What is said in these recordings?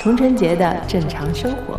童晨杰的正常生活。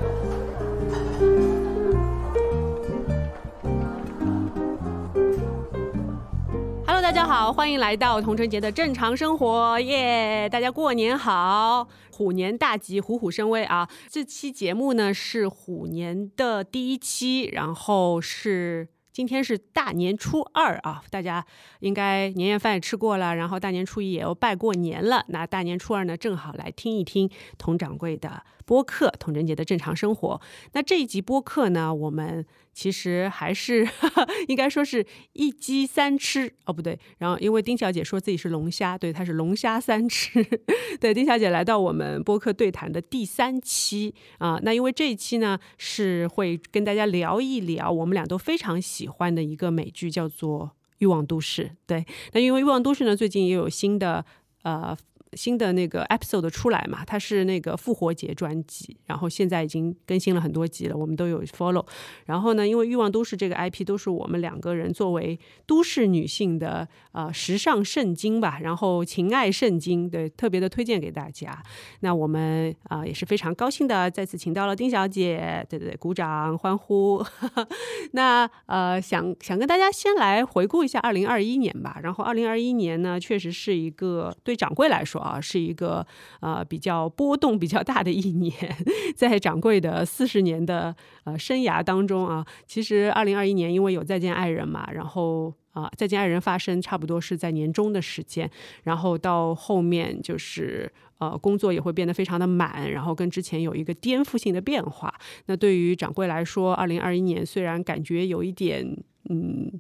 Hello，大家好，欢迎来到童晨杰的正常生活，耶、大家过年好，虎年大吉，虎虎生威啊！这期节目呢是虎年的第一期，然后是。今天是大年初二啊，大家应该年夜饭也吃过了，然后大年初一也要拜过年了。那大年初二呢，正好来听一听佟掌柜的播客《童贞杰的正常生活》。那这一集播客呢，我们其实还是 应该说是一鸡三吃哦，不对。然后因为丁小姐说自己是龙虾，对，她是龙虾三吃。 对，丁小姐来到我们播客对谈的第三期啊、那因为这一期呢是会跟大家聊一聊我们俩都非常喜欢的一个美剧，叫做《欲望都市》。对，那因为《欲望都市》呢，最近也有新的呃新的那个 episode 出来嘛，它是那个复活节专辑，然后现在已经更新了很多集了，我们都有 follow。然后呢，因为《欲望都市》这个 IP 都是我们两个人作为都市女性的呃时尚圣经吧，然后情爱圣经，对，特别的推荐给大家。那我们啊、呃也是非常高兴的，再次请到了丁小姐，对对对，鼓掌欢呼。 那呃，想想跟大家先来回顾一下二零二一年吧。然后二零二一年呢，确实是一个对掌柜来说啊，是一个呃比较波动比较大的一年。 在掌柜的四十年的呃生涯当中啊，其实二零二一年因为有《再见爱人》嘛，然后。啊，再见爱人发生差不多是在年中的时间，然后到后面就是呃，工作也会变得非常的满，然后跟之前有一个颠覆性的变化。那对于掌柜来说，二零二一年虽然感觉有一点。嗯，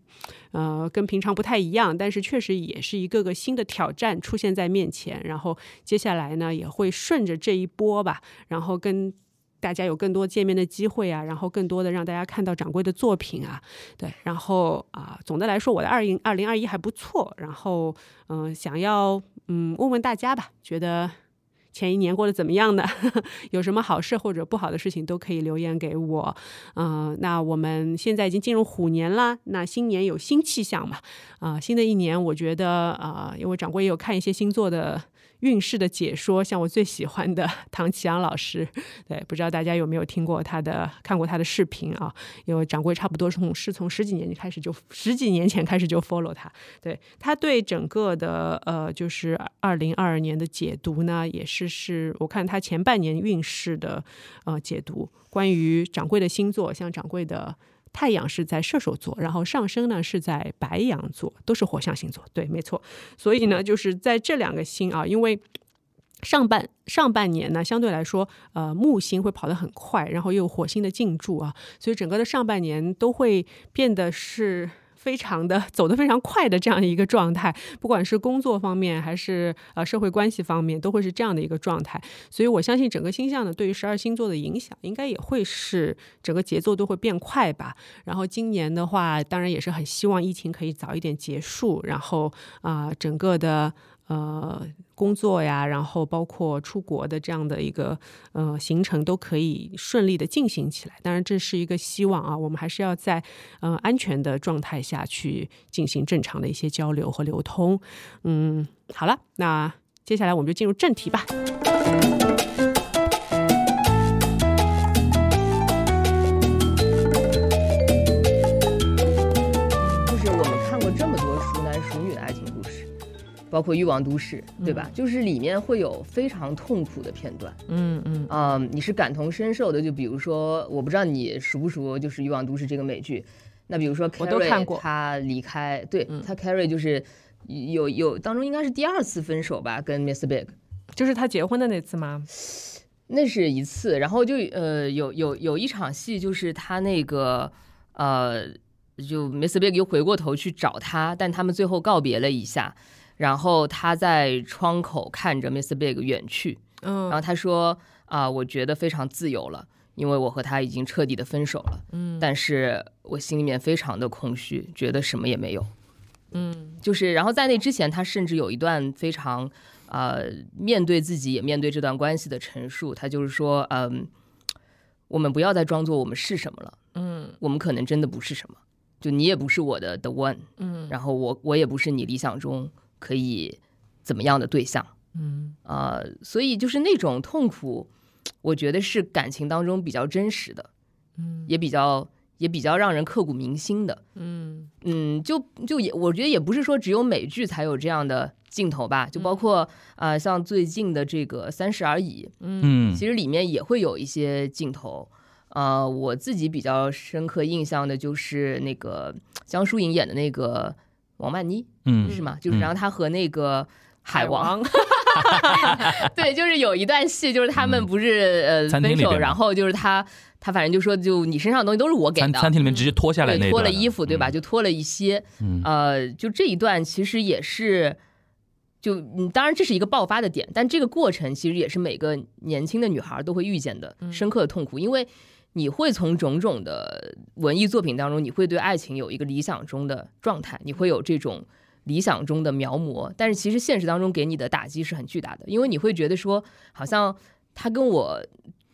呃，跟平常不太一样，但是确实也是一个个新的挑战出现在面前。然后接下来呢，也会顺着这一波吧，然后跟大家有更多见面的机会啊，然后更多的让大家看到掌柜的作品啊，对。然后啊、总的来说，我的二零二零二一还不错。然后嗯、想要嗯问问大家吧，觉得前一年过得怎么样呢？有什么好事或者不好的事情都可以留言给我。啊、那我们现在已经进入虎年啦，那新年有新气象嘛？啊、新的一年，我觉得啊、因为掌柜也有看一些星座的运势的解说，像我最喜欢的 唐启阳老师，对，不知道大家有没有听过他的、看过他的视频啊？因为掌柜差不多从是从十几年开始就十几年前开始就 follow 他，对他对整个的呃，就是二零二二年的解读呢，也是是我看他前半年运势的呃解读，关于掌柜的星座，像掌柜的。太阳是在射手座，然后上升呢是在白羊座，都是火象星座，对，没错。所以呢，就是在这两个星啊，因为上半上半年呢，相对来说，呃，木星会跑得很快，然后又有火星的进驻啊，所以整个的上半年都会变得是。非常的走得非常快的这样一个状态，不管是工作方面还是呃社会关系方面，都会是这样的一个状态。所以我相信整个星象呢，对于十二星座的影响，应该也会是整个节奏都会变快吧。然后今年的话，当然也是很希望疫情可以早一点结束，然后啊、整个的呃工作呀，然后包括出国的这样的一个呃行程都可以顺利的进行起来。当然这是一个希望啊，我们还是要在呃安全的状态下去进行正常的一些交流和流通。嗯，好了，那接下来我们就进入正题吧。就是我们看过这么多熟男熟女的爱情故事，包括《欲望都市》，对吧？就是里面会有非常痛苦的片段，嗯嗯啊、你是感同身受的。就比如说，我不知道你熟不熟，就是《欲望都市》这个美剧。那比如说 c a 我 r 都 r y 看过嗯他离开，对、他 c a r r y 就是有有当中应该是第二次分手吧，跟 Mr. Big。就是他结婚的那次吗？那是一次，然后就呃有有有一场戏，就是他那个呃，就 Miss Big 又回过头去找他，但他们最后告别了一下，然后他在窗口看着 Miss Big 远去，嗯然后他说啊、我觉得非常自由了，因为我和他已经彻底的分手了，嗯，但是我心里面非常的空虚，觉得什么也没有，嗯，就是然后在那之前，他甚至有一段非常呃面对自己也面对这段关系的陈述，他就是说，嗯，我们不要再装作我们是什么了，嗯我们可能真的不是什么。就你也不是我的 the one，嗯然后我我也不是你理想中可以怎么样的对象。嗯啊，所以就是那种痛苦，我觉得是感情当中比较真实的，嗯也比较也比较让人刻骨铭心的。嗯嗯，就就也我觉得也不是说只有美剧才有这样的镜头吧，嗯就包括啊、呃像最近的这个《三十而已》，嗯其实里面也会有一些镜头。呃，我自己比较深刻印象的就是那个江疏影演的那个王曼妮，嗯是吗？就是然后她和那个海王，对，就是有一段戏，就是他们不是呃嗯餐厅分里手，边吗然后就是他他反正就说就你身上的东西都是我给餐餐的。厅里面直接脱下来那对，一脱段了的衣服，对吧？？就脱了一些，嗯，嗯呃，就这一段其实也是，就嗯，当然这是一个爆发的点，但这个过程其实也是每个年轻的女孩都会遇见的深刻的痛苦，因为你会从种种的文艺作品当中，你会对爱情有一个理想中的状态，你会有这种理想中的描摹，但是其实现实当中给你的打击是很巨大的，因为你会觉得说，好像它跟我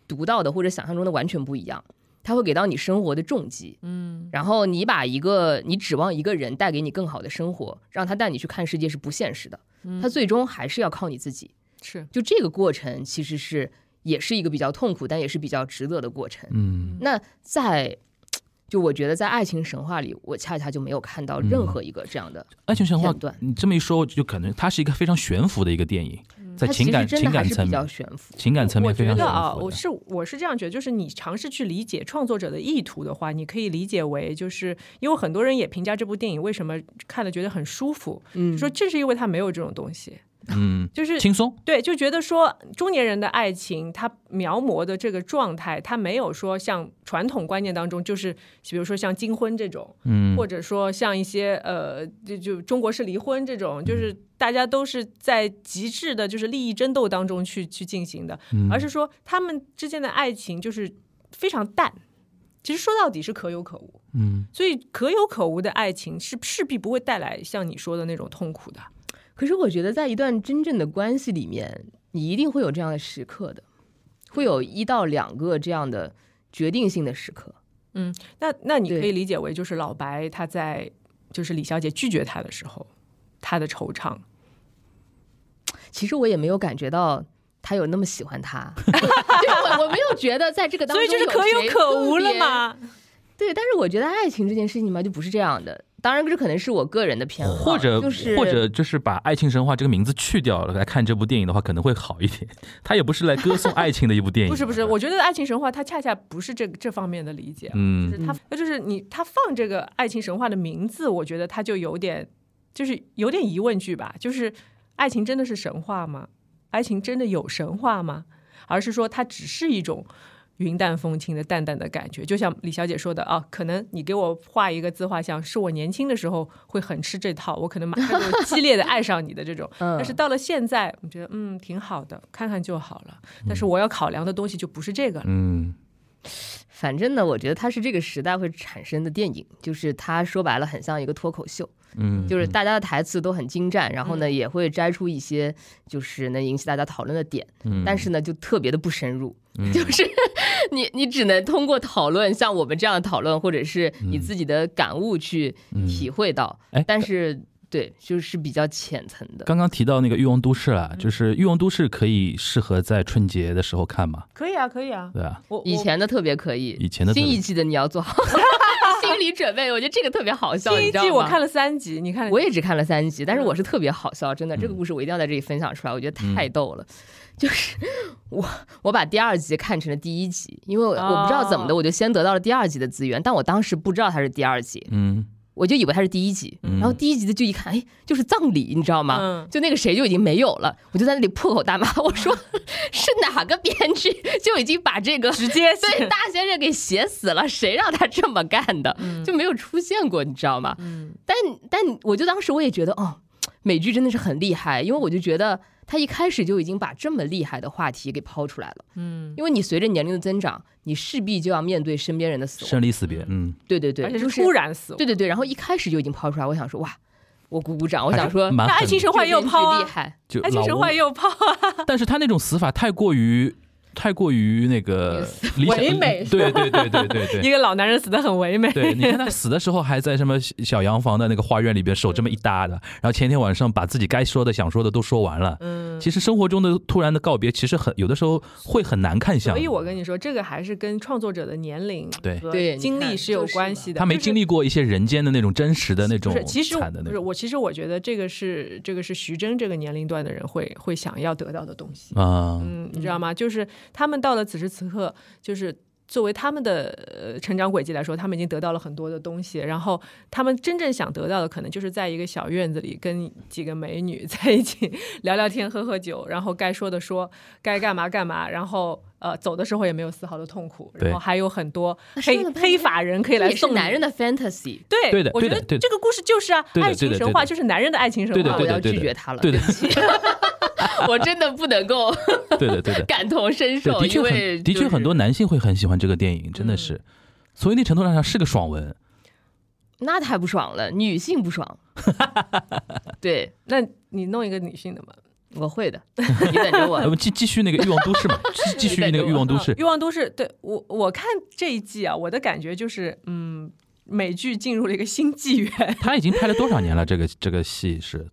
读到的或者想象中的完全不一样，它会给到你生活的重击。嗯然后你把一个你指望一个人带给你更好的生活，让他带你去看世界是不现实的，嗯他最终还是要靠你自己。 是就这个过程其实是也是一个比较痛苦，但也是比较值得的过程。嗯那在就我觉得在爱情神话里，我恰恰就没有看到任何一个这样的，爱嗯情神哎话片段，你这么一说，就可能它是一个非常悬浮的一个电影，嗯它在其情实感真情的还感是层比较面，悬浮。情感层面我非觉常得悬啊，浮我的。是我是这样觉得，就是你尝试去理解创作者的意图的话，你可以理解为，就是因为很多人也评价这部电影为什么看了觉得很舒服，嗯说正是因为它没有这种东西， 嗯，就是轻松，对，就觉得说中年人的爱情，他描摹的这个状态，他没有说像传统观念当中，就是比如说像金婚这种，嗯，或者说像一些呃，就就中国式离婚这种，就是嗯大家都是在极致的，就是利益争斗当中去去进行的，嗯而是说他们之间的爱情就是非常淡。其实说到底是可有可无，嗯所以可有可无的爱情是势必不会带来像你说的那种痛苦的。可是我觉得在一段真正的关系里面，你一定会有这样的时刻的，会有一到两个这样的决定性的时刻。那那你对可以理解为，就是老白他在就是李小姐拒绝他的时候，他的惆怅。其实我也没有感觉到他有那么喜欢他， 就是我我没有觉得在这个当所中，以就是可有可无了嘛。嘛。对，但是我觉得爱情这件事情嘛，就不是这样的。当然，这可能是我个人的偏好，或者、就是或者就是把“爱情神话”这个名字去掉了来看这部电影的话，可能会好一点。它也不是来歌颂爱情的一部电影，不是不是，对吧我觉得《爱情神话》它恰恰不是这这方面的理解，就嗯是它那就是你它放这个《爱情神话》的名字，我觉得它就有点就是有点疑问句吧，就是爱情真的是神话吗？爱情真的有神话吗？而是说它只是一种。云淡风轻的淡淡的感觉，就像李小姐说的啊，可能你给我画一个自画像，是我年轻的时候会很吃这套，我可能马上就激烈的爱上你的这种，嗯但是到了现在，我觉得嗯挺好的，看看就好了。但是我要考量的东西就不是这个了。嗯反正呢，我觉得它是这个时代会产生的电影，就是它说白了很像一个脱口秀，嗯，就是大家的台词都很精湛，然后嗯呢也会摘出一些就是能引起大家讨论的点，嗯但是呢就特别的不深入，嗯就是你你只能通过讨论，像我们这样的讨论，或者是你自己的感悟去体会到，嗯哎但是对，就是比较浅层的。刚刚提到那个《欲望都市》嗯了，就是《欲望都市》可以适合在春节的时候看嘛，可以啊，可以啊。对吧？我以前的特别可以，以前的特别新一季的你要 做好心理准备，我觉得这个特别好笑，我第你一知道季吗？我看了三集，你看了我也只看了三集，但是嗯我是特别好笑，真的，这个故事我一定要在这里分享出来，我觉得太逗了。就是我我把第二集看成了第一集，因为我哦我不知道怎么的，我就先得到了第二集的资源，但我当时不知道它是第二集，嗯我就以为它是第一集，嗯然后第一集的就一看，哎，就是葬礼，你知道吗？嗯就那个谁就已经没有了，我就在那里破口大骂，我说是哪个编剧就已经把这个直 接是对大先生给写死了，谁让他这么干的，就没有出现过，你知道吗？嗯但但我就当时我也觉得，哦，美剧真的是很厉害，因为我就觉得他一开始就已经把这么厉害的话题给抛出来了。嗯，因为你随着年龄的增长，你势必就要面对身边人的死亡。生离死别，嗯，对对对，而且就是突然死亡。对啊对对，然后一开始就已经抛出来，我想说哇，我鼓鼓掌，我还想是说蛮那狠爱情哎的神话也有这个编剧抛厉啊，害，就爱情老神翁话也有抛啊。但是他那种死法太过于太过于那个理想嗯唯美对对对对对对一。个老男人死的很唯美，对，你看他死的时候还在什么小洋房的那个花园里边手这么一搭的，然后前天晚上把自己该说的、想说的都说完了。嗯，其实生活中的突然的告别，其实很有的时候会很难看相所。以我跟你说，这个还是跟创作者的年龄对和对你经历看是有就是关嘛系的。他没就是经历过一些人间的那种真实的那种不是，其实我惨的不那是种我，其实我觉得这个是这个是徐峥这个年龄段的人会会想要得到的东西，啊，嗯，你知道吗？就是他们到了此时此刻，就是作为他们的呃成长轨迹来说，他们已经得到了很多的东西，然后他们真正想得到的，可能就是在一个小院子里跟几个美女 在一起聊聊天、喝喝酒，然后该说的说，该干嘛干嘛，然后。呃，走的时候也没有丝毫的痛苦，对然后还有很多啊说黑了半黑天法人可以来也是送男你人的 fantasy，对，对的我对觉的得对的这个故事就是啊，对的爱情对的神对话的就是男人的爱情神对的话。对啊我的要对拒的绝他了，对的不起 我真的不能够对的对的。感同身对，受，的确因很，为的就确很是多男性会很喜欢这个电影，真的嗯是，从一定程度上它是个爽文。那太不爽了，女性不 爽。对，那你弄一个女性的嘛？我会的， 你等着 我我。们呃继继续那个欲望都市嘛，继 继续那个欲望都市啊欲。望都市。对我，我看这一季啊，我的感觉就是，嗯，美剧进入了一个新纪元。他已经拍了多少年了？这个这个戏是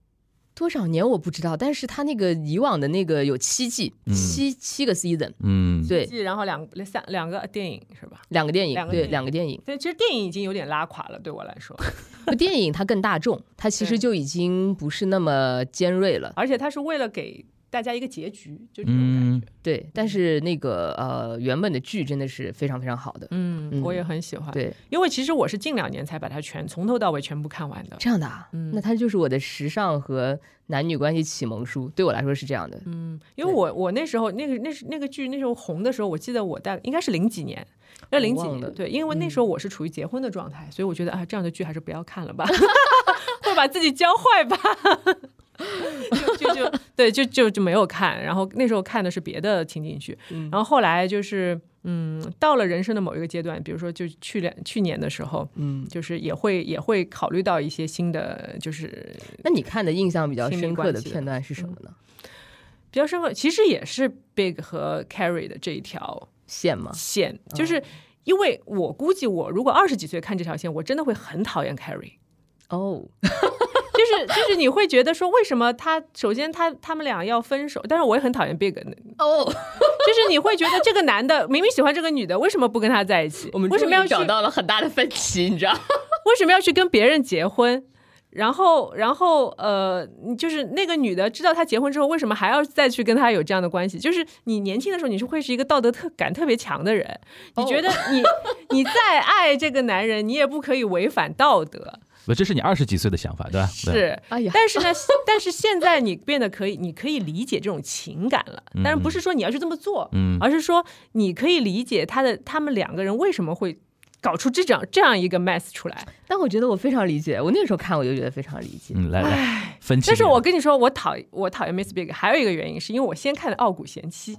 多少年我不知道，但是他那个以往的那个有七季，嗯七七个 season，嗯，对， 然后两三两个电影是吧？两个电两个影，对，电影两个电影。对，其实电影已经有点拉垮了，对我来说，不电影它更大众，它其对实就已经不是那么尖锐了。而且它是为了给大家一个结局，就这种感嗯觉。，对，但是那个呃原本的剧真的是非常非常好的。嗯嗯我也很喜欢。，对，因为其实我是近两年才把它全从头到尾全部看完的。这样的啊，嗯那它就是我的时尚和男女关系启蒙书，对我来说是这样的。嗯，因为对我我那时候那个那是那个剧那时候红的时候，我记得我大应该是零几年，那我零几忘了嗯年对，因为那时候我是处于结婚的状态，所以我觉得啊这样的剧还是不要看了吧， 会把自己教坏吧， 就就就对就就就没有看。然后那时候看的是别的情景剧，嗯然后后来就是嗯到了人生的某一个阶段，比如说就去年去年的时候。嗯，就是也会也会考虑到一些新的，就是那你看的印象比较亲密深刻关的嗯系的片段是什么呢？比较深刻，其实也是 Big 和 Carrie 的这一条线吗？线，嗯就是因为我估计我如果二十几岁看这条线，我真的会很讨厌 Carrie。哦，就是就是你会觉得说为什么他首先他他们俩要分手，但是我也很讨厌 Big，就 哦，是你会觉得这个男的明明喜欢这个女的，为什么不跟他在一起？我们为什么终于要去找到了很大的分歧，你知道？ 为什么要去跟别人结婚？然后，然后，呃，你就是那个女的知道他结婚之后，为什么还要再去跟他有这样的关系？就是你年轻的时候，你是会是一个道德特感特别强的人，哦你觉得你、你再爱这个男人，你也不可以违反道德，不，这是你二十几岁的想法，对吧？对，是。哎呀，但是呢， 但是现在你变得可以，你可以理解这种情感了，当然不是说你要去这么做，嗯而是说你可以理解他的他们两个人为什么会搞出这样这样一个 mess 出来。但我觉得我非常理解，我那时候看我就觉得非常理解。嗯，来来分析。但是我跟你说，我讨我讨厌 Miss Big 还有一个原因，是因为我先看的《傲骨贤妻》，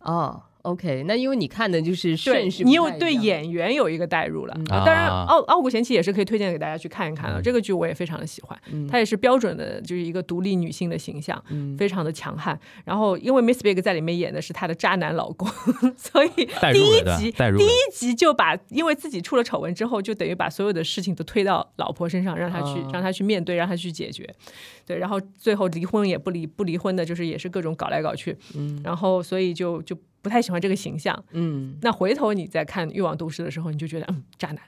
哦，OK，那因为你看的就是对顺序，你不有太一对样，演员有一个代入了。啊嗯当然，《傲傲骨贤妻》也是可以推荐给大家去看一看的，这个剧我也非常的喜欢，它也是标准的，就是一个独立女性的形象，嗯非常的强悍。然后，因为 Miss Big 在里面演的是她的渣男老公， 所以代第入了一对吧集代入第了一集就把因为自己出了丑闻之后，就等于把所有的事情都推到老婆身上，让她去哦让她去面对，让她去解决。对，然后最后离婚也不离不离婚的，就是也是各种搞来搞去，嗯，然后所以就就不太喜欢这个形象。嗯。那回头你再看《欲望都市》的时候，你就觉得嗯，渣男，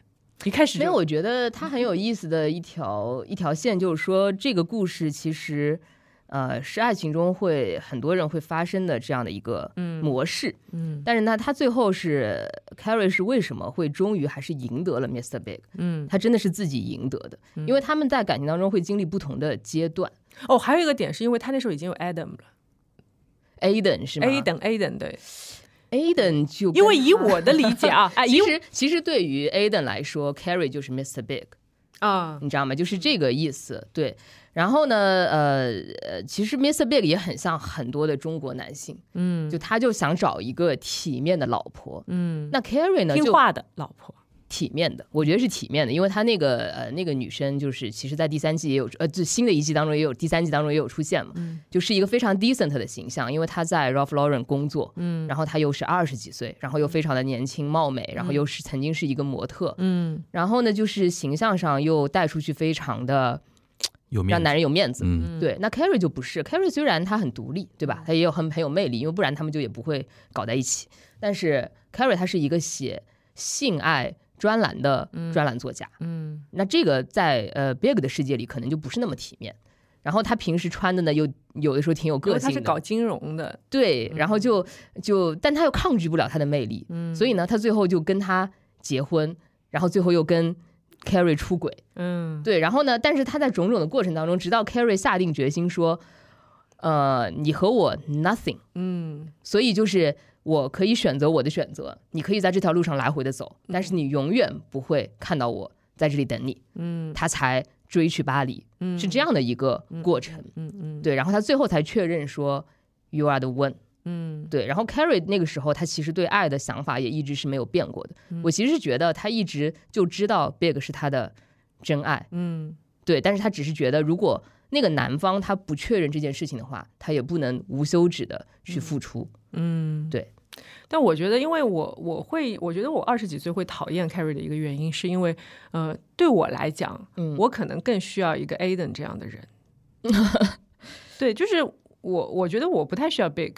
一开始没有，就我觉得它很有意思的一条一条线，就是说这个故事其实，呃，是爱情中会很多人会发生的这样的一个模式。嗯，但是呢，他最后是 Carrie 是为什么会终于还是赢得了 Mr. Big？嗯，他真的是自己赢得的，因为他们在感情当中会经历不同的阶段。哦，还有一个点是因为他那时候已经有 Adam 了 Aden 是吗，Adam Adam 对， Aden 就跟因为以他我的理解啊， 哎，以其我实其实对于 Aden 来说，Carrie 就是 Mr. Big。啊，你知道吗？就是这个意思。对，然后呢，呃呃，其实 Mr. Big 也很像很多的中国男性，嗯就他就想找一个体面的老婆。嗯，那 Carrie 呢，听就话的老婆，体面的，我觉得是体面的，因为她那个呃那个女生就是，其实，在第三季也有呃，就新的一季当中也有，第三季当中也有出现嘛，嗯就是一个非常 decent 的形象，因为她在 Ralph Lauren 工作，嗯，然后她又是二十几岁，然后又非常的年轻貌美，然后又是曾经是一个模特，嗯，然后呢，就是形象上又带出去非常的有面让子男人有面子，嗯，对，那 Carrie 就不是，Carrie 虽然她很独立，对嗯吧？她也有很很有魅力，因为不然他们就也不会搞在一起。但是 Carrie 她是一个写性爱专栏的专栏作家，嗯那这个在呃 Big 的世界里可能就不是那么体面。然后她平时穿的呢，又有的时候挺有因为个他性是的，搞金融的，对，然后就就，但她又抗拒不了她的魅力，嗯所以呢，她最后就跟他结婚，然后最后又跟 Carrie 出轨。嗯，对，然后呢，但是他在种种的过程当中，直到 Carrie 下定决心说，呃，你和我 nothing，嗯所以就是我可以选择我的选择，你可以在这条路上来回的走，但是你永远不会看到我在这里等你，嗯他才追去巴黎，嗯，是这，样的一个过程。嗯嗯对，然后他最后才确认说，You are the one。嗯对，然后 Carrie 那个时候，他其实对爱的想法也一直是没有变过的。嗯我其实是觉得他一直就知道 Big 是他的真爱，嗯对，但是他只是觉得，如果那个男方他不确认这件事情的话，他也不能无休止的去付出。嗯，对。但我觉得，因为我我会，我觉得我二十几岁会讨厌 Carrie 的一个原因，是因为，呃，对我来讲，嗯我可能更需要一个 Aden 这样的 人。对，就是我，我觉得我不太需要 Big，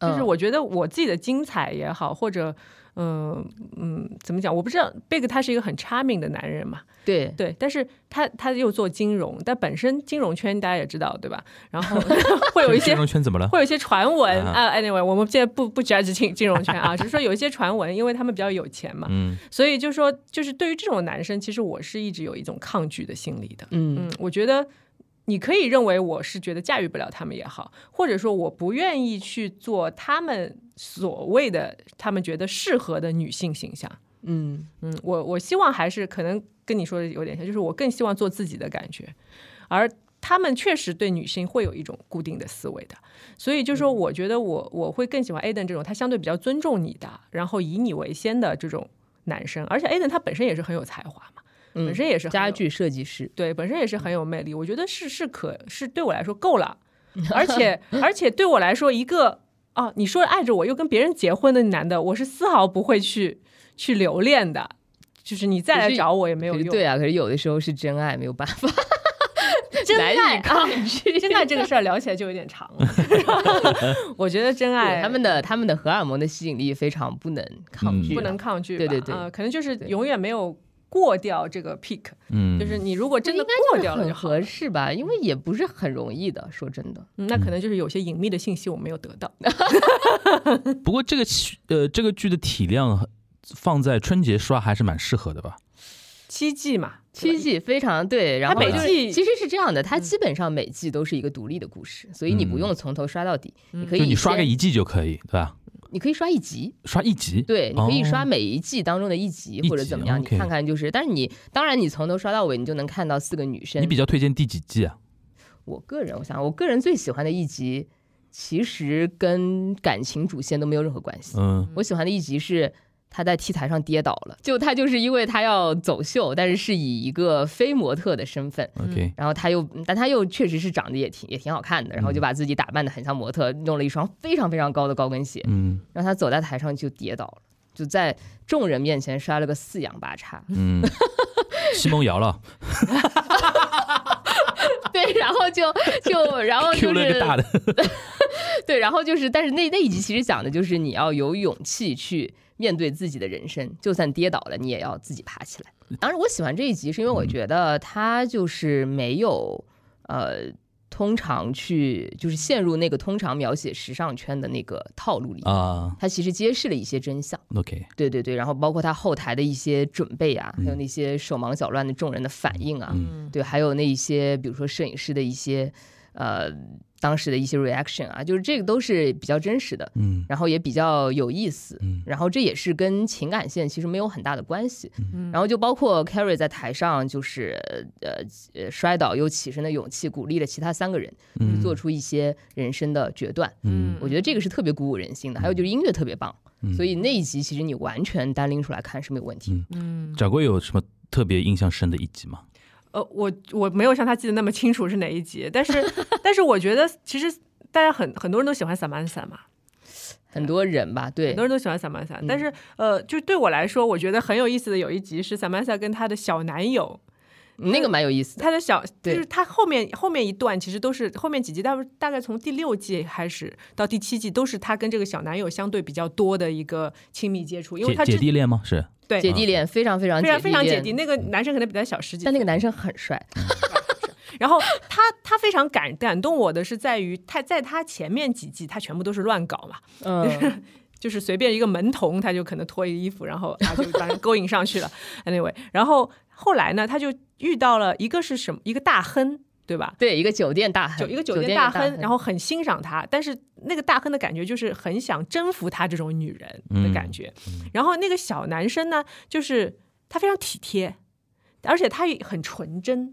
就是嗯我觉得我自己的精彩也好，或者，嗯、嗯，怎么讲？我不知道 Big 他是一个很 charming 的男人嘛，对对，但是他他又做金融，但本身金融圈大家也知道，对吧？然后 会有一些金融圈怎么 了？会有一些传闻啊啊。Anyway，我们现在不不 judge 金金融圈 啊，只是说有一些传闻，因为他们比较有钱嘛，嗯，所以就说就是对于这种男生，其实我是一直有一种抗拒的心理的。嗯嗯，我觉得你可以认为我是觉得驾驭不了他们也好，或者说我不愿意去做他们所谓的他们觉得适合的女性形象。嗯嗯，我我希望还是可能跟你说的有点像，就是我更希望做自己的感觉，而他们确实对女性会有一种固定的思维的，所以就是说，我觉得我我会更喜欢 Aden 这种他相对比较尊重你的，然后以你为先的这种男生，而且 Aden 他本身也是很有才华嘛，嗯本身也是很家有具设计师，对，本身也是很有魅力，我觉得是是可是对我来说够 了，而且而且对我来说，一个啊，你说爱着我又跟别人结婚的男的，我是丝毫不会去去留恋的，就是你再可来是找我也没有可是用。对啊，可是有的时候是真爱，没有办 法，真难爱以啊抗，拒。真爱这个事儿聊起来就有点长 了，我觉得真爱他们的他们的荷尔蒙的吸引力非常不能抗嗯拒，啊不能。抗拒吧，对对对啊可能就是永远没有过掉这个 peak，嗯，就是你如果真的应该过就是掉了就很好了合，适吧，因为也不是很容易的。说真的，嗯那可能就是有些隐秘的信息我没有得到。不过这个戏呃这个剧的体量放在春节刷还是蛮适合的吧？七季嘛，对吧七季非常对，然它后每就是季其实是这样的，它基本上每季都是一个独立的故事，所以你不嗯用从头刷到底，你可以就你刷先个一季就可以，对吧？你可以刷一集，刷一集，对，你可以刷哦每一季当中的一集一或者集怎么样，你，OK 看看就是。但是你当然你从头刷到尾，你就能看到四个女生。你比较推荐第几季啊？我个人，我想我个人最喜欢的一集，其实跟感情主线都没有任何关系。嗯，我喜欢的一集是。她在 T 台上跌倒了，就她就是因为她要走秀，但是是以一个非模特的身份，嗯 OK，然后她又，但她又确实是长得也挺也挺好看的，然后嗯就把自己打扮的很像模特，弄了一双非常非常高的高跟鞋，嗯。让他走在台上就跌倒了，就在众人面前摔了个四仰八叉嗯，西蒙摇了 对，然后就就然哦后，Q 就了一个大是的， 对，然后就是，但是那那一集其实讲的就是你要有勇气去面对自己的人生，就算跌倒了，你也要自己爬起来。当然，我喜欢这一集是因为我觉得他就是没有呃。通常去就是陷入那个通常描写时尚圈的那个套路里，啊他其实揭示了一些真相。 ，OK，对对对，然后包括他后台的一些准备啊，还有嗯那些手忙脚乱的众人的反应啊，嗯对，还有那一些比如说摄影师的一些呃当时的一些 reaction 啊，就是这个都是比较真实的，嗯然后也比较有意思。嗯然后这也是跟情感线其实没有很大的关系，嗯然后就包括 Carrie 在台上就是呃呃摔倒又起身的勇气，鼓励了其他三个人，去嗯做出一些人生的决断。嗯我觉得这个是特别鼓舞人心的。还有就是音乐特别棒，嗯所以那一集其实你完全单拎出来看是没有问题。嗯掌柜有什么特别印象深的一集吗？呃，我我没有像他记得那么清楚是哪一集，但是但是我觉得其实大家很很多人都喜欢萨满萨嘛，很多人吧，对很，多人都喜欢萨曼萨嗯，但是呃，就对我来说，我觉得很有意思的有一集是萨曼萨跟她的小男友，那个蛮有意思的。她的小就对是她后面后面一段其实都是后面几集，大大概从第六季开始到第七季都是她跟这个小男友相对比较多的一个亲密接触，因为姐她姐之弟恋吗？是对姐弟恋非常非常非常非常姐恋弟，，那个男生可能比她小十几但那个男生很帅，然后他他非常感感动我的是在于他在他前面几季他全部都是乱搞嘛，嗯，就是随便一个门童他就可能脱一个衣服，然后啊就把人勾引上去了。anyway，然 后后来呢他就遇到了一个是什么一个大亨对吧？对，一个酒店大亨，就一个酒酒店大大亨，然后很欣赏她，但是那个大亨的感觉就是很想征服她这种女人的嗯感觉。然后那个小男生呢，就是他非常体贴，而且他也很纯真。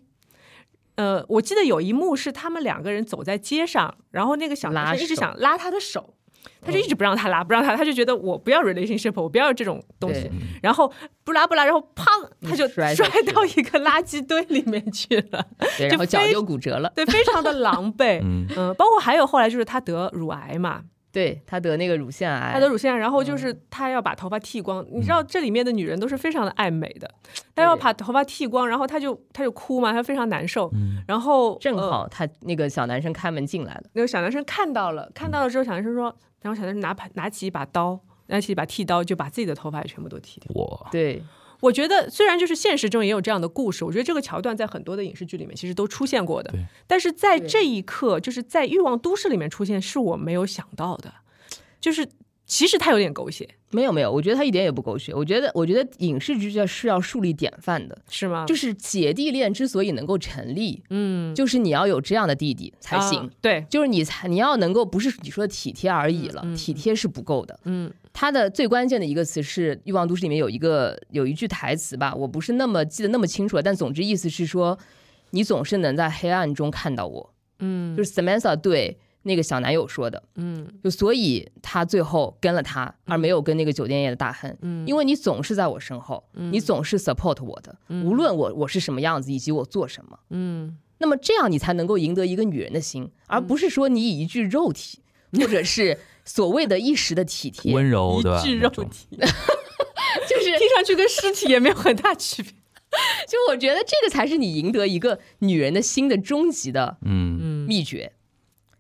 呃，我记得有一幕是他们两个人走在街上，然后那个小拉男生一直手嗯想拉她的手，他就一直不让她拉，不让她，他就觉得我不要 relationship，我不要这种东西对。嗯然后不拉不拉，然后砰，他就摔摔下去到一个垃圾堆里面去了。对，然后就脚非就骨折了，对，非常的狼 狈。嗯嗯，包括还有后来就是他得乳癌嘛，对他得那个乳腺癌，他得乳腺癌，然后嗯就是他要把头发剃光。你知道这里面的女人都是非常的爱美的，她要把头发剃光，然后她就她就哭嘛，她非常难受。嗯然后正呃好他那个小男生开门进来了，那个小男生看到了，看到了之后，小男生说，然后小男生拿把拿起一把刀。拿起一把剃刀，就把自己的头发也全部都剃掉。我对，我觉得虽然就是现实中也有这样的故事，我觉得这个桥段在很多的影视剧里面其实都出现过的对，但是在对这一刻，就是在《欲望都市》里面出现，是我没有想到的，就是其实他有点狗血，没有没有，我觉得他一点也不狗血，我觉得我觉得影视剧是要树立典范的，是吗？就是姐弟恋之所以能够成立，啊嗯，就是你要有这样的弟弟才行啊。对，就是你才你要能够不是你说的体贴而已了，体贴是不够的。嗯，他的最关键的一个词是《欲望都市》里面有一个有一句台词吧，我不是那么记得那么清楚了，但总之意思是说，你总是能在黑暗中看到我。嗯就是 Samantha 对那个小男友说的，嗯就所以他最后跟了他，而没有跟那个酒店业的大亨，嗯因为你总是在我身后，你总是 support 我的，无论我我是什么样子以及我做什么。嗯那么这样你才能够赢得一个女人的心，而不是说你以一句肉 体，或者是所谓的一时的体贴，温柔一哦对吧？啊具那肉种体， 就是听上去跟尸体也没有很大区别。就我觉得这个才是你赢得一个女人的心的终极的嗯秘诀。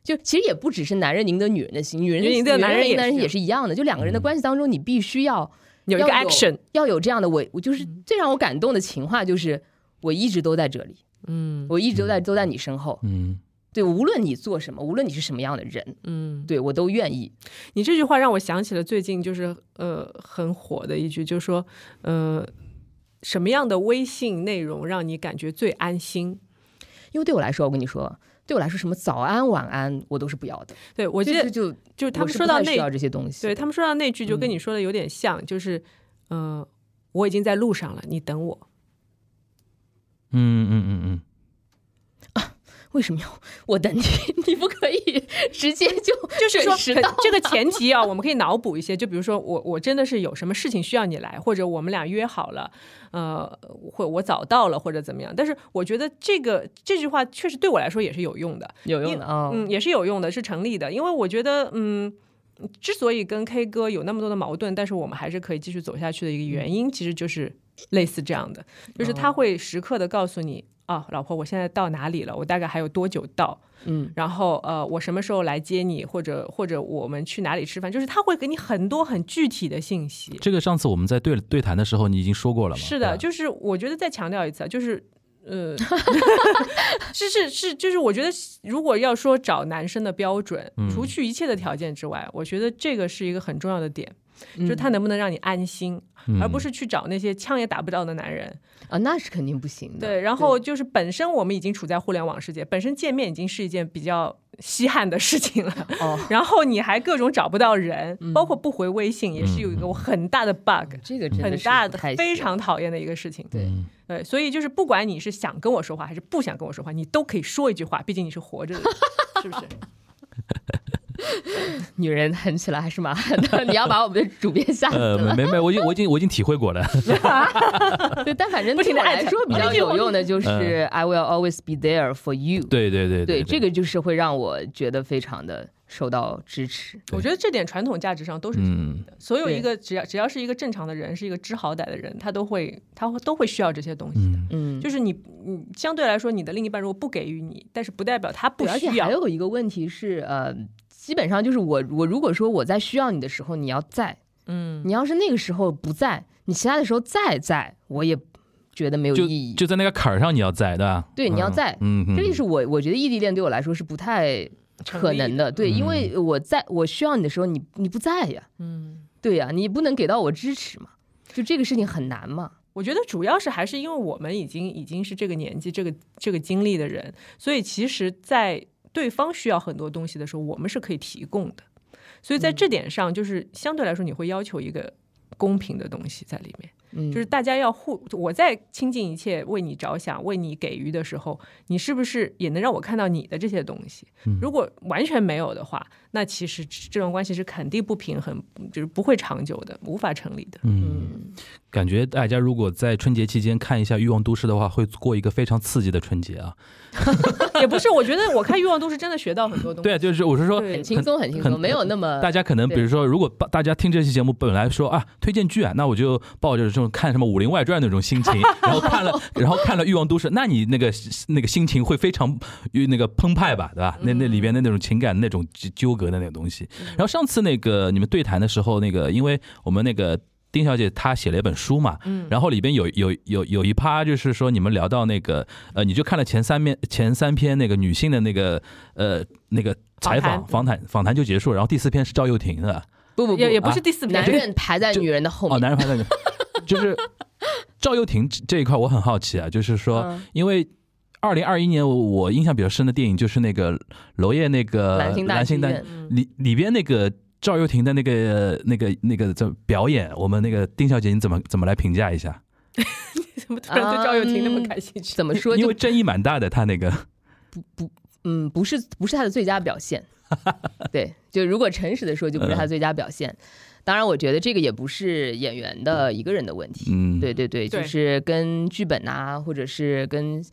就其实也不只是男人赢得女人的心，女人女人赢得男人人也赢得男人是嗯也是一样的。就两个人的关系当中，你必须要有一个要 action，嗯要有这样的我，我就是最让我感动的情话就是我一直都在这里，嗯我一直都在都在你身后。嗯，对，无论你做什么，无论你是什么样的人，嗯，对我都愿意。你这句话让我想起了最近就是呃很火的一句，就是说呃什么样的微信内容让你感觉最安心？因为对我来说，我跟你说，对我来说，什么早安、晚安，我都是不要的。对我我记得就就就是他我们是说不到太那需要这些东西，对他们说到那句，就跟你说的有点像，就是呃我已经在路上了，你等我。嗯嗯嗯嗯，为什么要我等你？你不可以直接就就是说准时可到？这个前提啊，我们可以脑补一些，就比如说我我真的是有什么事情需要你来，或者我们俩约好了，呃，或我早到了或者怎么样。但是我觉得这个这句话确实对我来说也是 有用的，有用因的啊、嗯，也是有用的，是成立的，因为我觉得嗯。之所以跟 K 哥有那么多的矛盾，但是我们还是可以继续走下去的一个原因，其实就是类似这样的，就是他会时刻的告诉你啊，老婆，我现在到哪里了？我大概还有多久到？嗯，然后呃，我什么时候来接你，或者或者我们去哪里吃饭，就是他会给你很多很具体的信息。这个上次我们在对对谈的时候，你已经说过了嘛？是对吧的，就是我觉得再强调一次啊，就是呃，是是是，就是我觉得如果要说找男生的标准，嗯除去一切的条件之外，我觉得这个是一个很重要的点，就是他能不能让你安心，而嗯不是去找那些枪也打不着的男人。啊，那是肯定不行的。对，然后就是本身我们已经处在互联网世界，本身见面已经是一件比较稀罕的事情了。哦， 然后你还各种找不到人，包括不回微信也是有嗯一个我很大的 bug，、这个真的很是大不的太行非常讨厌的一个事情。对。对，所以就是不管你是想跟我说 话还是不想跟我说话，你都可以说一句话，毕竟你是活着的，是不是？女人狠起来还是蛮狠的，你要把我们的主编吓死呃，了。没没没，我已经我已经我已经体会过了。 对， 但反正不停对地我来艾特说比较有用的就是嗯 I will always be there for you。对对对对，对，这个就是会让我觉得非常的受到支持。我觉得这点传统价值上都是嗯成立的。所有对一个只要只要是一个正常的人，是一个知好歹的人，他都会他会都会需要这些东西的。嗯，嗯，就是你，你相对来说，你的另一半如果不给予你，但是不代表他不对，而且需还要。有一个问题是，呃，基本上就是我我如果说我在需要你的时候你要在，嗯，你要是那个时候不在，你其他的时候再在，我也觉得没有就意义。就在那个坎儿上，你要在对吧？对你要在嗯，嗯这就是我我觉得异地恋对我来说是不太可能的，对，因为嗯我在我需要你的时候你你不在呀，嗯，对呀，你不能给到我支持嘛，就这个事情很难嘛。我觉得主要是还是因为我们已经已经是这个年纪、这个这个经历的人，所以其实，在对方需要很多东西的时候，我们是可以提供的。所以在这点上，就是相对来说，你会要求一个公平的东西在里面。嗯，就是大家要互，我在倾尽一切为你着想、为你给予的时候，你是不是也能让我看到你的这些东西？如果完全没有的话，那其实这段关系是肯定不平衡，就是不会长久的，无法成立的。嗯，感觉大家如果在春节期间看一下《欲望都市》的话，会过一个非常刺激的春节啊。 也不是，我觉得我看《欲望都市》真的学到很多东西。对啊，就是我是说，对很轻松，很轻松，很没有那么大家可能比对如说，如果大大家听这期节目，本来说啊推荐剧啊，那我就抱着这种看什么《武林外传》那种心情，然后看了，然后看了《欲望都市》，那你那个那个心情会非常与那个澎湃吧，对吧？那那里边的那种情感、那种纠纠葛的那种东西。然后上次那个你们对谈的时候，那个因为我们那个。丁小姐她写了一本书嘛，嗯然后里边有有有有一趴就是说你们聊到那个呃，你就看了前三面前三篇那个女性的那个呃那个采访访谈访谈就结束，然后第四篇是赵又廷的，不不不也也不是第四男篇，人排在女人的后面。哦，男人排在女， 就是赵又廷这这一块我很好奇啊，就是说嗯，因为二零二一年我我印象比较深的电影就是那个娄烨那个男性大剧大院嗯里里边那个。赵又廷的那个、那个、那个这表演，我们那个丁小姐，你怎么怎么来评价一下？怎么突然对赵又廷那嗯么感兴趣？怎么说？因就为争议蛮大的，他那个， 嗯，不是不是他的最佳表 现。对，就如果诚实的说，就不是他嗯的最佳表现。当然，我觉得这个也不是演员的一个人的问题。嗯，对对对，对就是跟剧本呐、或者是跟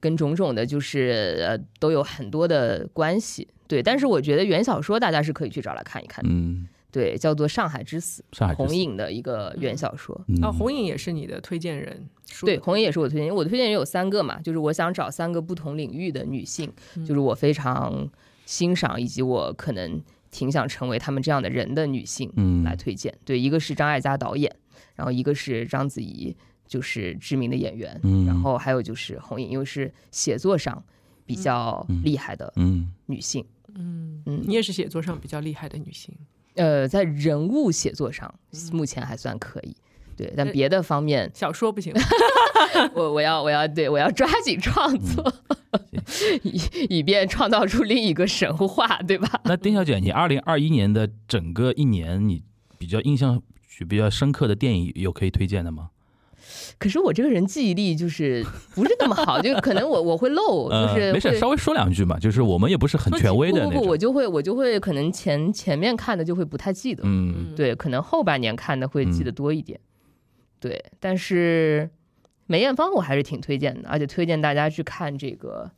跟种种的，就是呃，都有很多的关系。对，但是我觉得原小说大家是可以去找来看一看的。嗯，对，叫做《上海之死》，上海之红哦死影的一个原小说。嗯啊，红影也是你的推荐人，书对，红影也是我推荐，因为我的推荐人有三个嘛，就是我想找三个不同领域的女性，嗯就是我非常欣赏以及我可能挺想成为她们这样的人的女性嗯来推荐。对，一个是张艾嘉导演，然后一个是章子怡，就是知名的演员，嗯然后还有就是红影，因为是写作上比较厉害的嗯女性，嗯你也是写作上比较厉害的女性。呃，在人物写作上嗯目前还算可以。对，但别的方面，小说不行，我我要我要对我要抓紧创作， 以以便创造出另一个神话，对吧？那丁小姐，你二零二一年的整个一年，你比较印象比较深刻的电影有可以推荐的吗？可是我这个人记忆力就是不是那么好，就可能我我会漏，就呃，是没事，会稍微说两句嘛，就是我们也不是很说权威的不那不不，种我。就会我就会可能前前面看的就会不太记得，嗯，对，可能后半年看的会记得多一点，对。但是梅艳芳我还是挺推荐的，而且推荐大家去看这个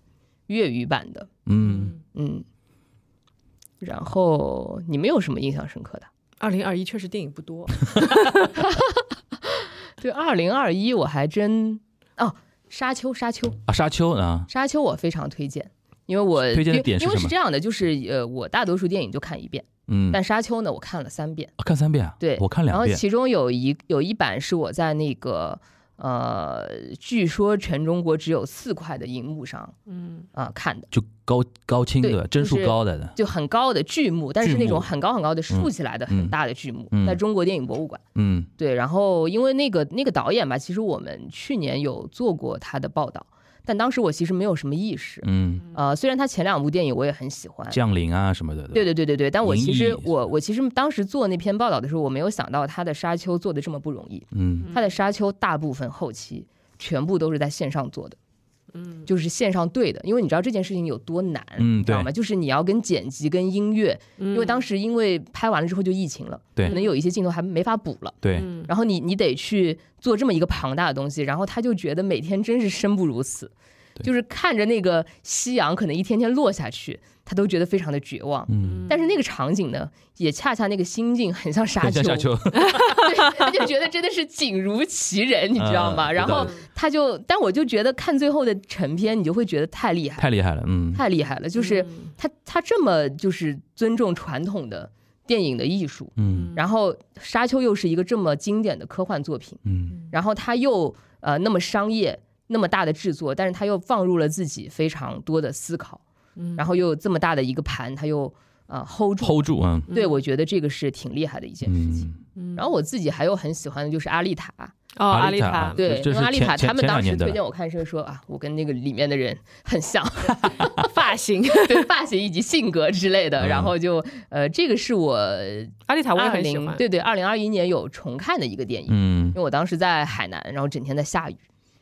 粤语版的，嗯，嗯。然后你们有什么印象深刻的？二零二一确实电影不多， 对，二零二一我还真哦，沙丘，沙丘，啊，沙丘啊，沙丘我非常推荐，因为我推荐因的为点是因为什是么这样的，就是呃，我大多数电影就看一遍，嗯，但沙丘呢，我看了三遍，啊看三遍啊，对，我看两然后遍，其中有一有一版是我在那个呃，据说全中国只有四块的荧幕上，嗯啊、看的。就高高清的，对帧数就是高的的，就很高的剧目，但是剧目那种很高很高的竖起来的嗯很大的剧目，嗯在中国电影博物馆。嗯对，然后因为那个那个导演吧，其实我们去年有做过他的报道，但当时我其实没有什么意识。嗯，呃，虽然他前两部电影我也很喜欢，降临啊什么的，对吧对对对对，但我其银实翼我我其实当时做那篇报道的时候，我没有想到他的《沙丘》做的这么不容易。嗯他的《沙丘》大部分后期全部都是在线上做的，嗯就是线上对的，因为你知道这件事情有多难，嗯你知道对吗？就是你要跟剪辑、跟音乐，因嗯因为当时因为拍完了之后就疫情了，对可能有一些镜头还没法补了。对，嗯然后你你得去做这么一个庞大的东西，然后他就觉得每天真是生不如死，对就是看着那个夕阳可能一天天落下去，他都觉得非常的绝望。嗯，但是那个场景呢，也恰恰那个心境很像嗯沙很丘，像沙丘，嗯对，他就觉得真的是景如其人，你知道吗？嗯然后对他就，但我就觉得看最后的成片，你就会觉得太厉害，太厉害了，嗯，太厉害了，就是他他这么就是尊重传统的电影的艺术，嗯然后《沙丘》又是一个这么经典的科幻作品，嗯然后他又呃那么商业。那么大的制作，但是他又放入了自己非常多的思考，然后又这么大的一个盘，他又呃 hold 住，嗯，hold 住啊，对我觉得这个是挺厉害的一件事情。嗯，然后我自己还有很喜欢的就是阿丽塔，啊哦，阿丽阿塔丽塔，对，这因是为阿丽前塔前他们前两当时年的推荐我看是说啊，我跟那个里面的人很像，发型，对发型以及性格之类的。嗯啊然后就呃，这个是我阿丽塔我也二很喜零欢。对对二零二一年有重看的一个电影，嗯因为我当时在海南，然后整天在下雨，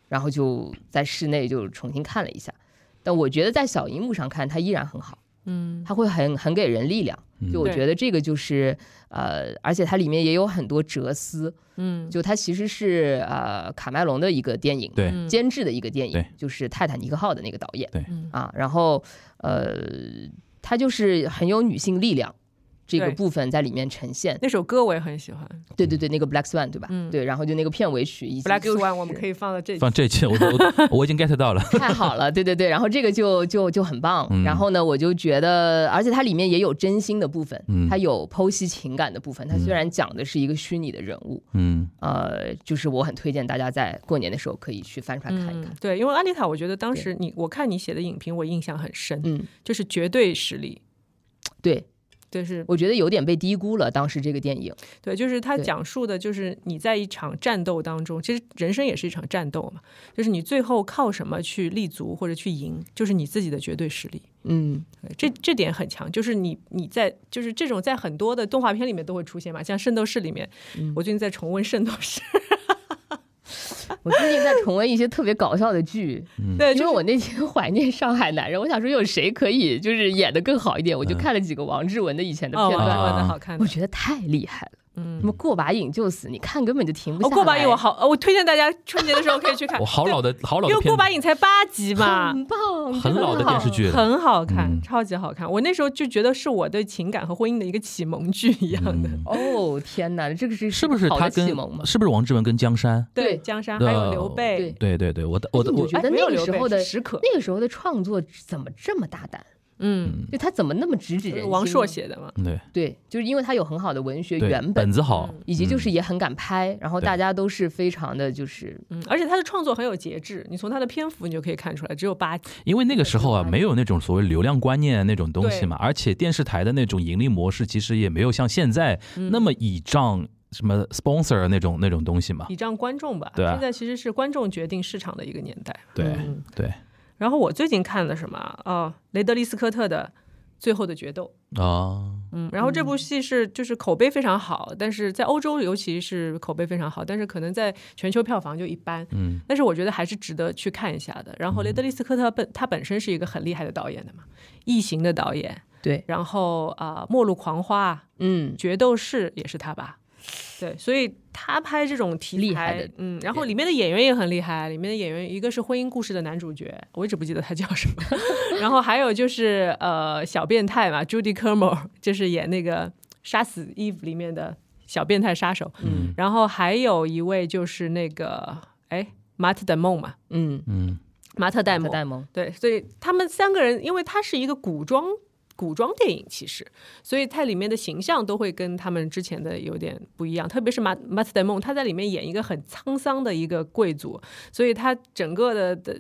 然后就在室内就重新看了一下。但我觉得在小荧幕上看它依然很好，嗯它会很很给人力量。嗯就我对觉得这个就是呃，而且它里面也有很多哲思，嗯就它其实是呃卡麦隆的一个电影，对嗯监制的一个电影对，就是《泰坦尼克号》的那个导演，对嗯啊，然后呃，它就是很有女性力量。这个对部分在里面呈现，那首歌我也很喜欢，对对对，那个 Black Swan 对吧？嗯对，然后就那个片尾曲以及 Black 就是 Swan，我们可以放到这里。放这期我我我已经 get 到了，太好 了，对对对，然后这个就就就很棒。嗯然后呢，我就觉得，而且它里面也有真心的部分，嗯它有剖析情感的部分。它虽嗯然讲的是一个虚拟的人物，嗯 呃，就是我很推荐大家在过年的时候可以去翻出来看一看嗯。对，因为阿丽塔，我觉得当时你我看你写的影评，我印象很深，嗯，就是绝对实力，对，就是我觉得有点被低估了当时这个电影。对，就是他对讲述的，就是你在一场战斗当中，其实人生也是一场战斗嘛，就是你最后靠什么去立足或者去赢，就是你自己的绝对实力。嗯，对这这点很强，就是你你在就是这种在很多的动画片里面都会出现嘛，像《圣斗士》里面，我最近在重温《圣斗士》我最近在重温一些特别搞笑的剧，嗯对，嗯因就为是我那天怀念上海男人，我想说有谁可以就是演的更好一点，我就嗯看了几个王志文的以前的哦，片王段，志文的啊好看的我。觉得太厉害了。嗯什么过把瘾就死，你看根本就停不下哦，来。过把瘾我好，呃我推荐大家春节的时候可以去看。 我好老的好老因的为过片把瘾才八集嘛，很棒，很老的电视剧了，很好看，嗯超级好看。我那时候就觉得是我对情感和婚姻的一个启蒙剧一样的。嗯哦，天哪，这个是是不是好的他启跟蒙吗？是不是王志文跟江山？对，对江山呃还有刘备，对对对，我的我的你就我觉哎得没有那个刘时备候的是史可，那个时候的创作怎么这么大胆？嗯，就他怎么那么直指人心？王朔，写的嘛，对对，就是因为他有很好的文学对原本嗯本，子好，以及就是也很敢拍，然后对大家都是非常的就是嗯，而且他的创作很有节制，你从他的篇幅你就可以看出来，只有八集。因为那个时候啊，没有那种所谓流量观念啊那种东西嘛，而且电视台的那种盈利模式其实也没有像现在那么倚仗什么 sponsor 啊那种那种东西嘛。倚仗观众吧，对啊现在其实是观众决定市场的一个年代。对嗯对然后我最近看了什么啊？哦，雷德利·斯科特的《最后的决斗》。啊，嗯，然后这部戏是就是口碑非常好，但是在欧洲尤其是口碑非常好，但是可能在全球票房就一般。嗯，但是我觉得还是值得去看一下的。然后雷德利·斯科特本他本身是一个很厉害的导演的嘛，《异形》的导演，对，然后啊，呃末路狂花》嗯《决斗士》也是他吧？对，所以他拍这种题材，厉害的嗯，然后里面的演员也很厉害，里面的演员一个是婚姻故事的男主角，我一直不记得他叫什 么，然后还有就是呃小变态嘛，Judy Kermer 就是演那个《杀死 Eve》里面的小变态杀手，嗯然后还有一位就是那个哎马特·戴蒙嘛，嗯，嗯马特·戴蒙，戴蒙，对，所以他们三个人，因为它是一个古装古装电影，其实，所以它里面的形象都会跟他们之前的有点不一样。特别是马马特戴蒙，他在里面演一个很沧桑的一个贵族，所以他整个的的，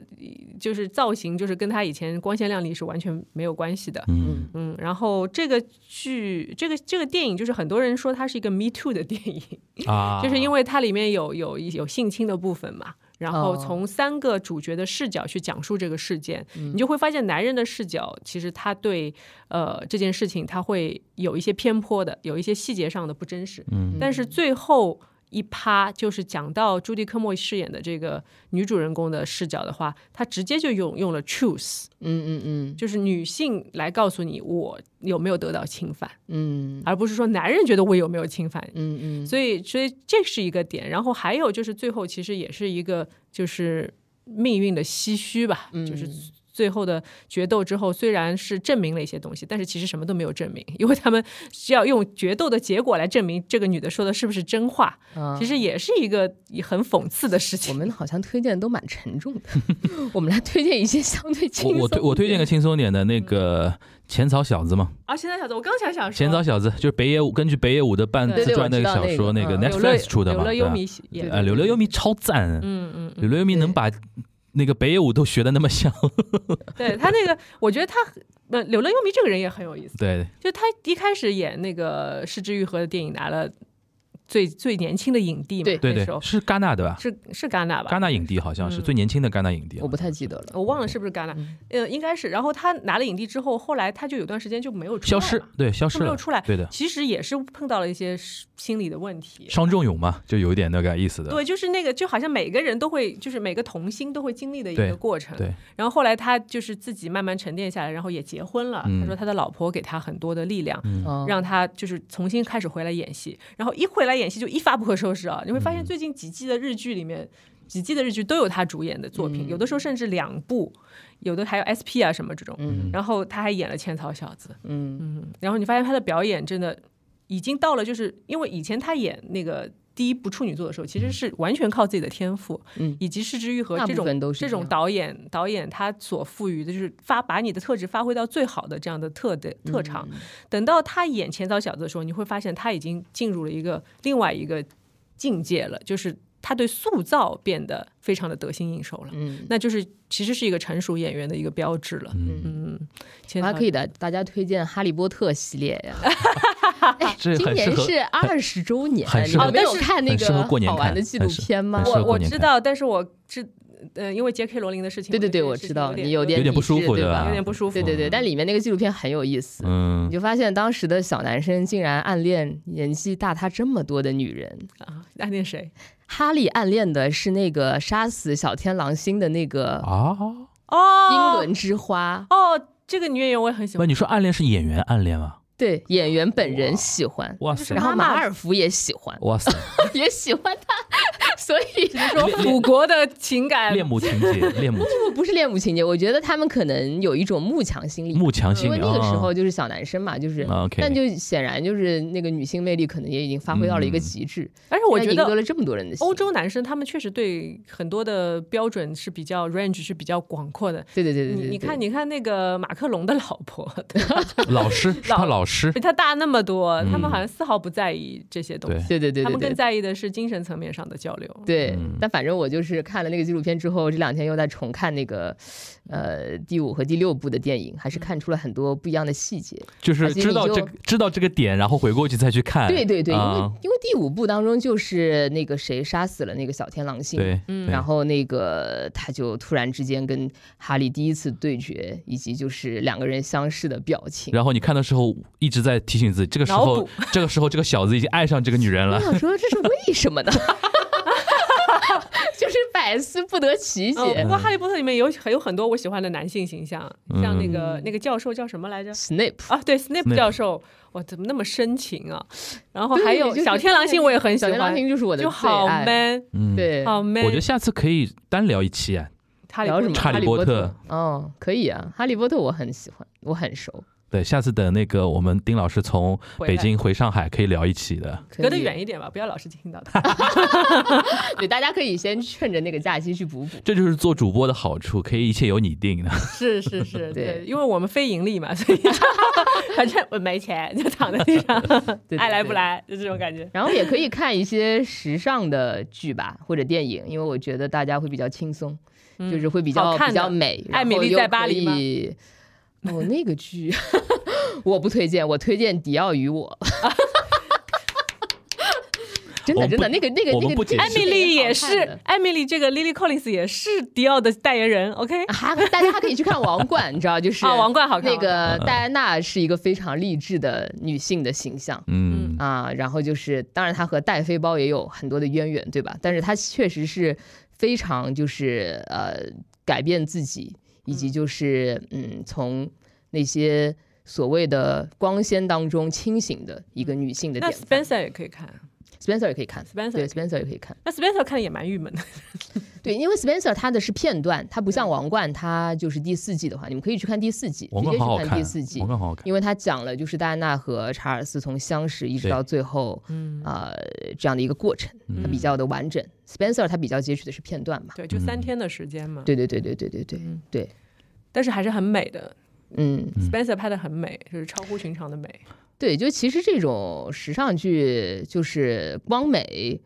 就是造型就是跟他以前光鲜亮丽是完全没有关系的。嗯嗯，然后这个剧，这个这个电影，就是很多人说它是一个 Me Too 的电影，啊，就是因为为它里面有有一有性侵的部分嘛，然后哦从三个主角的视角去讲述这个事件，你就会发现男人的视角其实他对呃这件事情他会有一些偏颇的，有一些细节上的不真实，嗯但是最后。一趴，就是讲到朱迪科莫饰演的这个女主人公的视角的话，她直接就用用了 choose，嗯嗯就是女性来告诉你我有没有得到侵犯，嗯嗯而不是说男人觉得我有没有侵犯。嗯嗯，所以，所以这是一个点。然后还有就是最后其实也是一个就是命运的唏嘘吧，就是嗯最后的决斗之后，虽然是证明了一些东西，但是其实什么都没有证明， 因为他们是要用决斗的结果来证明这个女的说的是不是真话，啊其实也是一个很讽刺的事我情。们好像推荐都蛮沉重的， 我们来推荐一些相对轻我松。我推我推荐个轻松点的那个浅草小子嘛，啊，现在小子，我刚才想说，浅草小子就是北野武根据北野武的半对自传对那我个知道小说，那那个个嗯柳呃乐 Netflix 出的柳嘛，乐对优吧？弥演呃，的，柳乐优弥超赞，嗯嗯嗯，柳乐优弥能把那个北野武都学的那 么像，对他那个，我觉得他很。呃，柳乐优弥这个人也很有意思，对，就他一开始演那个《失之愈合》的电影拿了最最年轻的影帝嘛，对对那时候对，是戛纳对吧？是是戛纳吧？戛纳影帝好像嗯是最年轻的戛纳影帝，我不太记得了。我忘了是不是戛纳，呃，应该是。然后他拿了影帝之后，后来他就有段时间就没有出消来失了，对，消就失没有了，出来。对的，其实也是碰到了一些心理的问题。伤仲永嘛，就有点那个意思的，对，就是那个，就好像每个人都会，就是每个童星都会经历的一对个过程。对，然后后来他就是自己慢慢沉淀下来，然后也结婚了。嗯他说他的老婆给他很多的力量，嗯让他就是重新开始回来演戏，然后一回来演戏就一发不可收拾啊！你会嗯发现最近几季的日剧里面，几季的日剧都有他主演的作品，有的时候甚至两部，有的还有 SP 啊什么这种。嗯然后他还演了《千草小子》，嗯然后你发现他的表演真的已经到了，就是因为以前他演那个。第一部处女座的时候，其实是完全靠自己的天赋，嗯以及《失之愈合》大呃这部分种都是这这种样导演导演他所赋予的，就是发把你的特质发挥到最好的这样的特的特长，嗯等到他演《浅草小子》的时候，你会发现他已经进入了一个另外一个境界了，就是他对塑造变得非常的得心应手了。嗯，那就是其实是一个成熟演员的一个标志了。嗯，我浅还草啊可以的，大家推荐《哈利波特》系列呀。哎这今很适年合是二十周年很，你适合们没有很看那很适合个过年好玩看的纪录很适片片吗很？适合我过我年知看道，但是我知呃，因为 J.K. 罗琳的事情，对对对，我我这个知道事情你有点有点不抵制舒服对对吧有点不舒服。对对对，但里面那个纪录片很有意思。嗯你，就发现当时的小男生竟然暗恋年纪大他这么多的女人。啊，暗恋谁？哈利暗恋的是那个杀死小天狼星的那个啊，英哦伦之花，哦，这个女演员我也很喜不，欢。你说暗恋是演员暗恋吗？对演员本人喜欢，哇塞然，后妈妈马尔福也喜欢，哇塞， 也喜欢他， 所以说祖国的情感恋母情节，恋母情不不是恋母情节，我觉得他们可能有一种慕强心理。慕强心因理为啊，那个时候就是小男生嘛，就是啊，OK 但就显然就是那个女性魅力可能也已经发挥到了一个嗯极致，而且我竟觉然赢得得了这么多人的心。欧洲男生他们确实对很多的标准是比较 range 是比较广阔的。对，对对对对你对，你看，对你看那个马克龙的老婆，对吧老师是他老师比，他大那么多，嗯他们好像丝毫不在意这些东对西，对对对，他们对更在意的是精神层面上的交流。对嗯，但反正我就是看了那个纪录片之后，这两天又在重看那个，呃，第五和第六部的电影，还是看出了很多不一样的细节。就是而且知道你就这个知道这个点，然后回过去再去看，对对对，因为啊，因为第五部当中就是那个谁杀死了那个小天狼星，对，对嗯然后那个他就突然之间跟哈利第一次对决，以及就是两个人相视的表情。然后你看的时候一直在提醒自己，这个时脑候补，这个时候，这个小子已经爱上这个女人我 了。想说这是为什么呢？ 就是百思不得其哦，不嗯解。过《哈利波特》里面有有很多我喜欢的男性形象，像那个那个教授叫什么来着？ Snape 啊，对，Snape Snape 教授，哇，怎么那么深情啊？然后对还有就是小天狼星，我也很喜小天狼欢，星就是我的就最好爱。 man，嗯，，对，好我觉 man 得。下次可以单聊一期啊。哈利聊波什特么？哈利波特哦，可以啊，哈利波特我很喜欢，我很熟。对，下次等那个我们丁老师从回来北京回上海，可以聊一起的。可以隔得远一点吧，不要老是听到他。对，大家可以先趁着那个假期去补补。这就是做主播的好处，可以一切由你定的。 是是是， 对对，因为我们非盈利嘛， 所以反正我没钱就躺在地上， 对爱来不。来就这种感觉。对然后也可以看一些时尚的剧吧，或者电影，因为我觉得大家会比较轻松，就是会比嗯好较看的比较美。艾米丽然后又在巴黎吗可以 哦，那个剧我不推荐，我推荐《迪奥与我》。 真我的真们的，不那个那个我那们不个解艾释米丽也好看的是，艾米丽这个 Lily Collins 也是迪奥的代言人，OK？啊，大家还可以去看《王冠》，你知道， 就是哦啊王冠好看那个戴安娜是一个非常励志的女性的形象嗯，啊，然后就是，当然他和戴妃包也有很多的渊源，对吧？但是他确实是非常就是呃改变自己，以及就是嗯从那些所谓的光鲜当中清醒的一个女性的嗯那典范。 Spencer 也可以看 Spencer 也可以看 Spencer 对也可以 Spencer 也可以看，那 Spencer 看的也蛮郁闷的。对，因为 Spencer 他的是片段，他不像王冠，他就是第四季的话，你们可以去看第四季，王直接冠好好去看，啊第四季王，冠好好看。因为他讲了就是戴安娜和查尔斯从相识一直对到最后，嗯，呃，这样的一个过程，它嗯比较的完整。Spencer 他比较截取的是片段嘛，对，就三天的时间嘛。，对对对对对对对嗯对，但是还是很美的。嗯，嗯 Spencer 拍的很美，就是超乎寻常的美。对，就其实这种时尚剧就是光美。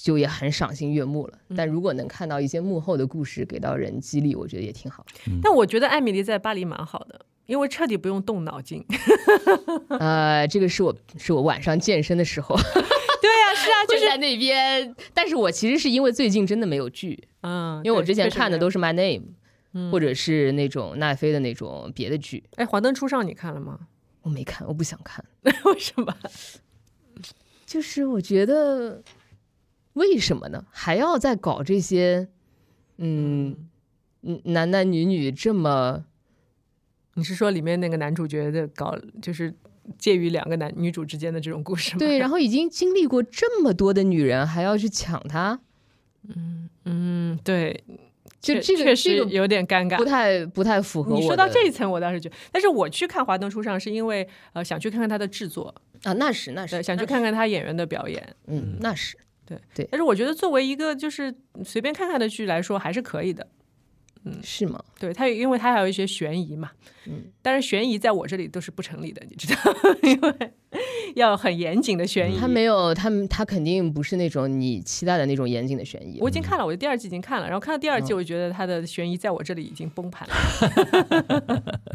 就也很赏心悦目了，但如果能看到一些幕后的故事，给到人激励，我觉得也挺好。但我觉得艾米丽在巴黎蛮好的，因为彻底不用动脑筋。呃，这个是我是我晚上健身的时 候对呀、是 啊，就在那边，但是我其实是因为最近真的没有剧，嗯，因为我之前看的都是是 My Name，、或者是那种奈飞的那种别的剧，哎，《华灯初上》你看了 吗？我没看，我不想看，为什么？就是我觉得为什么呢？还要再搞这些，嗯，嗯男男女女这么你是说里面那个男主角的搞，就是介于两个男女主之间的这种故事吗？对，然后已经经历过这么多的女人，还要去抢她， 嗯，对，就确这确个实这个有点尴不尬。太不太符合我的。你说到这一层，我倒是觉得，但是我去看《华灯初上》是因为呃想去看看他的制作，啊，那是那对，是想去那是看看他演员的表演。嗯，那是。但是我觉得作为一个就是随便看看的剧来说，还是可以的。嗯是吗？对它，因为它还有一些悬疑嘛，嗯，但是悬疑在我这里都是不成立的，你知道， 因为要很严谨的悬疑。他没有，他们他肯定不是那种你期待的那种严谨的悬疑。啊我已经看了，我的第二季已经看了，然后看到第二嗯季，我就觉得它的悬疑在我这里已经崩盘了，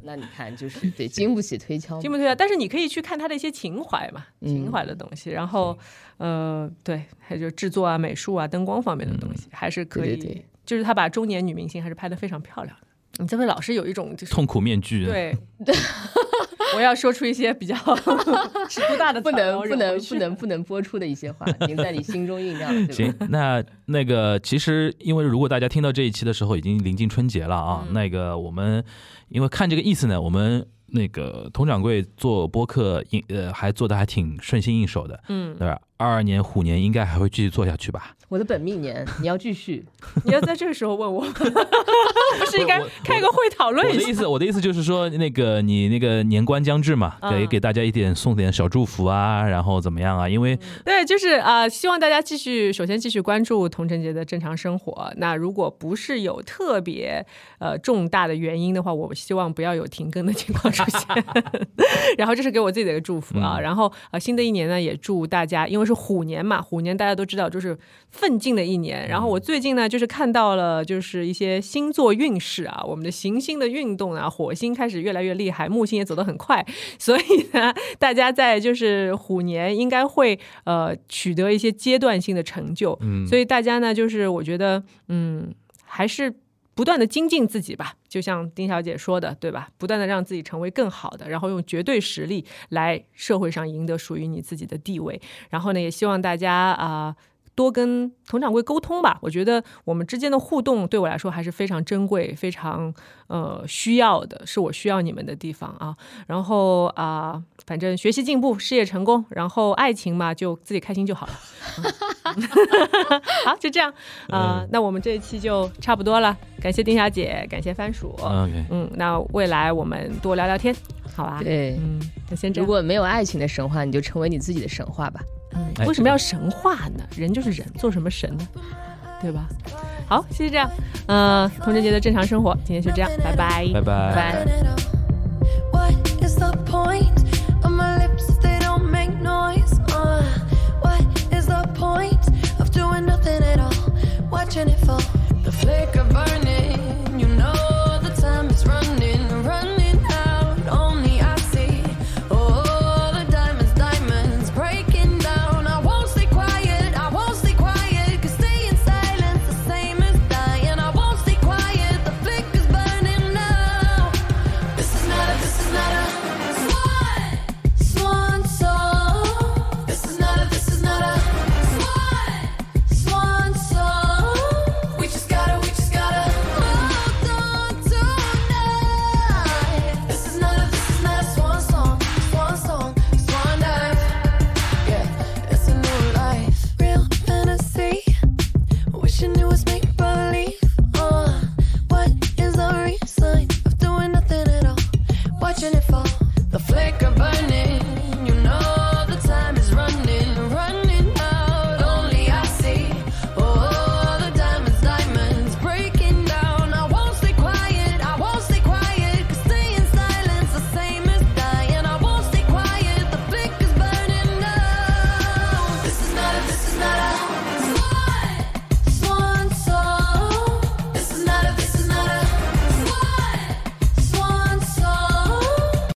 那你看， 就是对，经不起推敲嘛。听不对啊？但是你可以去看它的一些情怀嘛，嗯情怀的东西，然后呃，对，还有就是制作啊、美术啊、灯光方面的东西，还是可以，嗯对对嗯对就是他把中年女明星还是拍得非常漂亮的。你这位老师有一种就是痛苦面具，，啊对， 我要说出一些比较 尺度大的词不儿，然能后不忍能回不去能不能播出的一些话，已经在你心中酝酿了，对行吧？，那那个其实，因为如果大家听到这一期的时候，已经临近春节了啊。嗯那个我们因为看这个意思呢，我们那个佟掌柜做播客，应呃还做的还挺顺心应手的，嗯，对吧？二二年虎年应该还会继续做下去吧？我的本命年，你要继续。你要在这个时候问我，不是应该我我开个会讨我论一的下意？思，我的意思就是说，那个你那个年关将至嘛，给嗯给大家一点送点小祝福啊，然后怎么样啊？因为对，就是啊、呃希望大家继续，首先继续关注童晨杰的正常生活。那如果不是有特别呃重大的原因的话，我希望不要有停更的情况 出现。然后这是给我自己的一个祝福啊。嗯然后呃，新的一年呢，也祝大家，因为是虎年嘛，虎年大家都知道就是奋进的一年。然后嗯我最近呢，就是看到了就是一些星座运势啊，我们的行星的运动啊，火星开始越来越厉害，木星也走得很快， 所以呢，大家在就是虎年应该会呃取得一些阶段性的成就。嗯所以大家呢，就是我觉得嗯，还是。不断的精进自己吧，就像丁小姐说的，对吧？不断的让自己成为更好的，然后用绝对实力来社会上赢得属于你自己的地位。然后呢，也希望大家啊、多跟佟掌柜沟通吧。我觉得我们之间的互动对我来说还是非常珍贵、非常呃需要的，是我需要你们的地方啊。然后啊、反正学习进步、事业成功，然后爱情嘛，就自己开心就好了。 好，就这样啊、那我们这一期就差不多了，感谢丁小姐，感谢番薯。 ，OK，嗯，那未来我们多聊聊天，好吧？对，嗯，那先这如样。果没有爱情的神话，你就成为你自己的神话吧。哎为什么要神话呢？人就是人，做什么神呢？对吧？好，谢谢这样。嗯、呃，童贞节的正常生活，今天就这样，拜拜拜拜。拜拜。 Bye.